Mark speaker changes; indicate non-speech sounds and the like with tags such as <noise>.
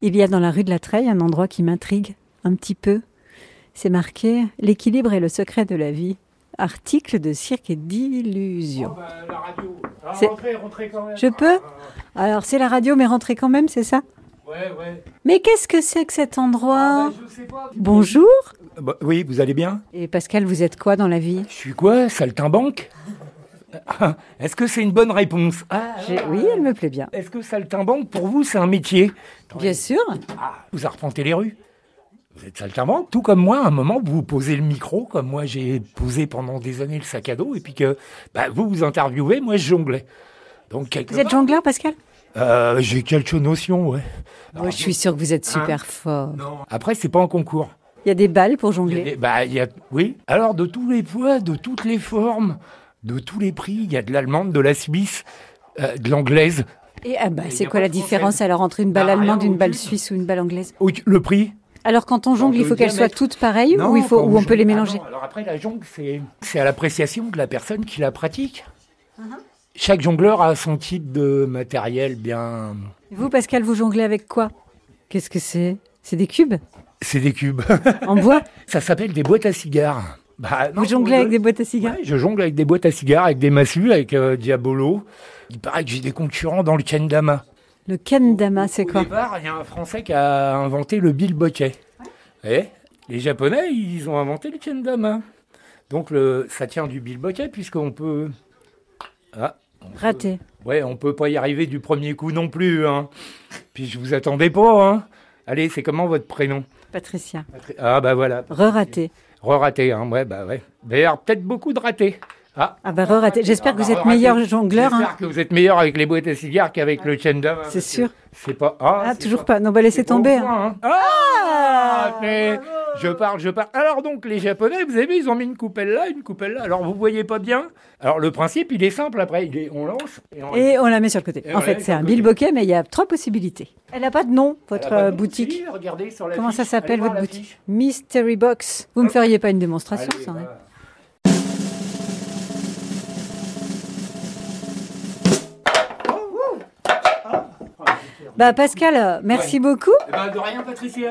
Speaker 1: Il y a dans la rue de la Treille un endroit qui m'intrigue un petit peu. C'est marqué L'équilibre et le secret de la vie. Article de cirque et d'illusion.
Speaker 2: la radio. Ah,
Speaker 1: C'est-
Speaker 2: rentrez, rentrez quand même.
Speaker 1: Je peux Alors c'est la radio, mais rentrez quand même, c'est ça
Speaker 2: Ouais, ouais. Ah, bah,
Speaker 1: Mais qu'est-ce que c'est que cet endroit
Speaker 2: je sais pas.
Speaker 1: Bonjour
Speaker 2: Bah, oui, vous allez bien
Speaker 1: Ah, bah, Et Pascal, vous êtes quoi dans la vie
Speaker 2: Je suis quoi Saltimbanque <laughs> Ah, Est-ce que c'est une bonne réponse Ah,
Speaker 1: J'ai-
Speaker 2: alors,
Speaker 1: Oui, elle me plaît bien.
Speaker 2: Est-ce que saltimbanque, pour vous, c'est un métier
Speaker 1: Bien sûr.
Speaker 2: Ah, Vous arpentez les rues vous êtes saltimbanque, tout comme moi. À un moment, vous posez le micro, comme moi j'ai posé pendant des années le sac à dos, et puis que bah, vous vous interviewez, moi je jonglais. Donc quelque
Speaker 1: Vous êtes
Speaker 2: part,
Speaker 1: jongleur, Pascal
Speaker 2: euh, j'ai quelques notions, ouais.
Speaker 1: Moi, Je suis sûre que vous
Speaker 2: Ah.
Speaker 1: êtes super fort.
Speaker 2: Après, c'est pas en concours.
Speaker 1: Il y a des balles pour
Speaker 2: Il y a
Speaker 1: jongler.
Speaker 2: des- bah, il y a- oui. Alors, de tous les poids, de toutes les formes, de tous les prix, il y a de l'allemande, de la suisse, euh, de l'anglaise.
Speaker 1: Et ah bah,
Speaker 2: Il y
Speaker 1: c'est
Speaker 2: a
Speaker 1: quoi
Speaker 2: pas
Speaker 1: la
Speaker 2: de française.
Speaker 1: différence alors entre une balle
Speaker 2: Ah, rien
Speaker 1: allemande, une balle
Speaker 2: aucune.
Speaker 1: suisse ou une balle anglaise
Speaker 2: Ou- Le prix
Speaker 1: Alors quand on jongle, il faut
Speaker 2: le
Speaker 1: qu'elles soient
Speaker 2: diamètre.
Speaker 1: toutes pareilles ou il faut
Speaker 2: quand
Speaker 1: ou
Speaker 2: vous
Speaker 1: on peut les
Speaker 2: jonglez-
Speaker 1: mélanger
Speaker 2: Ah non, alors après, la jongle, c'est c'est à l'appréciation de la personne qui la pratique.
Speaker 1: Uh-huh.
Speaker 2: Chaque jongleur a son type de matériel bien...
Speaker 1: Vous, Pascal, vous jonglez avec quoi Qu'est-ce que c'est C'est des cubes
Speaker 2: C'est des cubes. <laughs>
Speaker 1: en bois
Speaker 2: Ça s'appelle des boîtes à cigares. Bah,
Speaker 1: <laughs>
Speaker 2: non,
Speaker 1: Vous jonglez avec des boîtes à cigares
Speaker 2: Ouais, je jongle avec des boîtes à cigares, avec des massues, avec euh, Diabolo. Il paraît que j'ai des concurrents dans le kendama.
Speaker 1: Le kendama, c'est
Speaker 2: Au
Speaker 1: quoi
Speaker 2: départ, il y a un Français qui a inventé le bilboquet. Et les Japonais, ils ont inventé le kendama. Donc le, ça tient du bilboquet puisqu'on peut... Ah,
Speaker 1: Raté.
Speaker 2: ouais, on peut pas y arriver du premier coup non plus. Hein. Puis je vous attendais pas. Hein. Allez, c'est comment votre prénom
Speaker 1: Patricia.
Speaker 2: Ah bah voilà,
Speaker 1: Re-raté.
Speaker 2: re-raté. Hein. Ouais, bah ouais. D'ailleurs, peut-être beaucoup de ratés. Ah,
Speaker 1: Ah bah re-raté. J'espère que vous êtes meilleur jongleur. hein.
Speaker 2: J'espère que vous êtes meilleur avec les boîtes à cigares qu'avec le chendama.
Speaker 1: C'est sûr.
Speaker 2: C'est pas. Ah,
Speaker 1: Ah,
Speaker 2: c'est
Speaker 1: toujours pas. Non, bah laissez
Speaker 2: c'est pas au
Speaker 1: tomber. hein.
Speaker 2: point, hein. Ah, mais Je parle, je parle. Alors donc, les Japonais, vous avez vu, ils ont mis une coupelle là, une coupelle là. Alors, vous voyez pas bien Alors, le principe, il est simple après. Il est, on lance et on.
Speaker 1: Et on la met sur le côté.
Speaker 2: Et
Speaker 1: en
Speaker 2: on la
Speaker 1: fait,
Speaker 2: met
Speaker 1: c'est
Speaker 2: sur
Speaker 1: un
Speaker 2: le côté.
Speaker 1: bilboquet, mais il y a trois possibilités. Elle n'a pas de nom,
Speaker 2: Elle a
Speaker 1: votre
Speaker 2: pas
Speaker 1: euh,
Speaker 2: de nom,
Speaker 1: boutique.
Speaker 2: si, regardez sur la
Speaker 1: Comment ça
Speaker 2: fiche.
Speaker 1: s'appelle
Speaker 2: Allez voir
Speaker 1: votre
Speaker 2: la
Speaker 1: boutique
Speaker 2: fiche.
Speaker 1: Mystery Box. Vous me feriez pas une démonstration,
Speaker 2: Allez,
Speaker 1: ça hein
Speaker 2: voilà.
Speaker 1: Bah Pascal, euh, merci beaucoup. Bah,
Speaker 2: Eh ben, de rien, Patricia.